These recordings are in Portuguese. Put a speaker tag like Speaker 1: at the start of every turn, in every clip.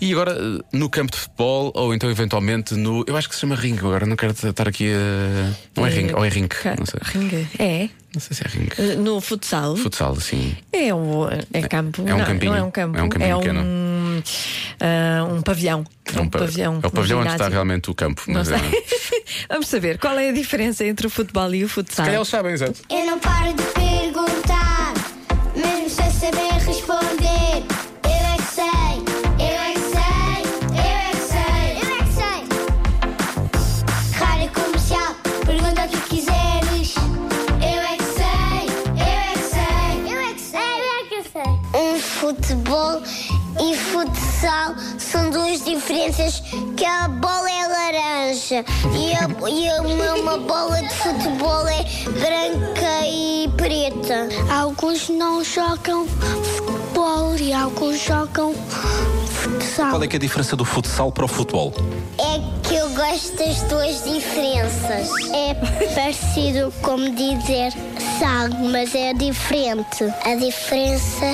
Speaker 1: E agora eh, no campo de futebol, ou então eventualmente no. Eu acho que se chama ringue agora, não quero estar aqui a. Não é ringue, ou é ringue.
Speaker 2: Ca-
Speaker 1: Não sei,
Speaker 2: Ringue. É.
Speaker 1: não sei se é ringue.
Speaker 2: Eh, No futsal.
Speaker 1: Futsal, sim.
Speaker 2: É um é campo.
Speaker 1: é um
Speaker 2: não,
Speaker 1: campinho.
Speaker 2: Não é um campo.
Speaker 1: É um campinho pequeno.
Speaker 2: um, ah, um pavião. É um
Speaker 1: pa-
Speaker 2: pavião.
Speaker 1: É o
Speaker 2: um
Speaker 1: pavilhão onde está
Speaker 2: ginásio.
Speaker 1: realmente o campo.
Speaker 2: Não
Speaker 1: Mas é.
Speaker 2: sei. Vamos saber qual é a diferença entre o futebol e o futsal.
Speaker 1: Eles sabem, exato.
Speaker 3: Eu não paro de perguntar, mesmo sem saber responder. Eu é que sei, eu é que sei, eu é que sei, eu é que sei. Rádio comercial, pergunta o que quiseres. Eu é que sei, eu é que sei, eu é que sei, eu é que sei. Um futebol e futsal são duas diferenças que a bola é laranja e, a- e a- uma, uma bola de futebol é branca e preta. Alguns não jogam futebol e alguns jogam futsal.
Speaker 4: Qual é que é a diferença do futsal para o futebol?
Speaker 3: É que eu gosto das duas diferenças. É parecido como dizer sangue, mas é diferente. A diferença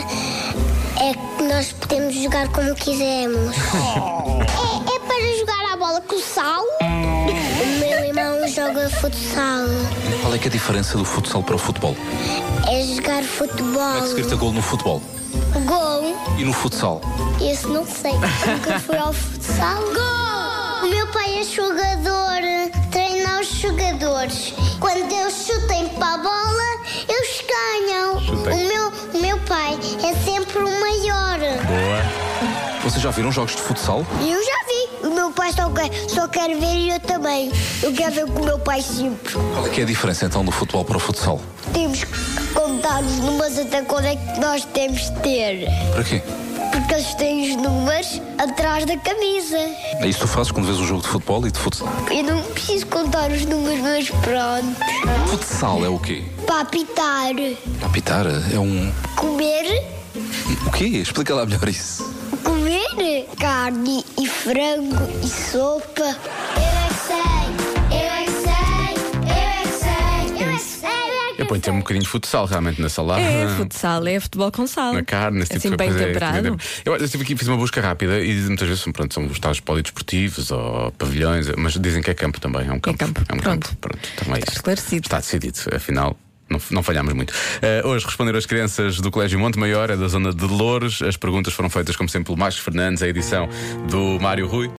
Speaker 3: é que nós podemos jogar como quisermos. É, é para jogar a bola com sal? O meu irmão joga futsal.
Speaker 4: Qual é que é a diferença do futsal para o futebol?
Speaker 3: É jogar
Speaker 4: Como é que se
Speaker 3: futebol.
Speaker 4: grita gol no futebol?
Speaker 3: Gol.
Speaker 4: E no futsal?
Speaker 3: Esse não sei. Nunca fui ao futsal. Gol! O meu pai é jogador, treina os jogadores. Quando eles chutem para a bola, eles ganham. O meu, o meu pai é sempre o maior.
Speaker 4: Vocês já viram jogos de futsal?
Speaker 3: Eu já vi. O meu pai só quer, só quer ver e eu também. Eu quero ver com o meu pai sempre.
Speaker 4: Qual é que é a diferença então do futebol para o futsal?
Speaker 3: Temos que contar os números até quando é que nós temos de ter.
Speaker 4: Para quê?
Speaker 3: Porque eles têm os números atrás da camisa.
Speaker 4: É isso que tu fazes quando vês um jogo de futebol e de futsal.
Speaker 3: Eu não preciso contar os números, mas pronto.
Speaker 4: Futsal é o quê?
Speaker 3: Para apitar,
Speaker 4: Apitar é um.
Speaker 3: comer,
Speaker 4: O quê? Explica lá melhor isso.
Speaker 3: comer carne e frango e sopa. Eu é que sei, eu é que sei, eu é que sei, eu é que sei.
Speaker 1: Eu ponho ter um bocadinho de futsal realmente na salada.
Speaker 2: É futsal, é futebol com sal.
Speaker 1: Ah. Na carne, esse tipo
Speaker 2: assim
Speaker 1: de
Speaker 2: bem
Speaker 1: coisa. é,
Speaker 2: temperado.
Speaker 1: comida- eu, eu estive aqui fiz uma busca rápida e muitas vezes são, pronto, são os tais polidesportivos ou pavilhões, mas dizem que é campo também. É um campo.
Speaker 2: campo,
Speaker 1: um
Speaker 2: pronto.
Speaker 1: campo. Pronto, então é
Speaker 2: Está
Speaker 1: isso.
Speaker 2: esclarecido.
Speaker 1: Está decidido, afinal. Não, não falhámos muito. Eh, hoje responderam as crianças do Colégio Monte Maior, é da zona de Louros. As perguntas foram feitas, como sempre, pelo Márcio Fernandes, a edição do Mário Rui.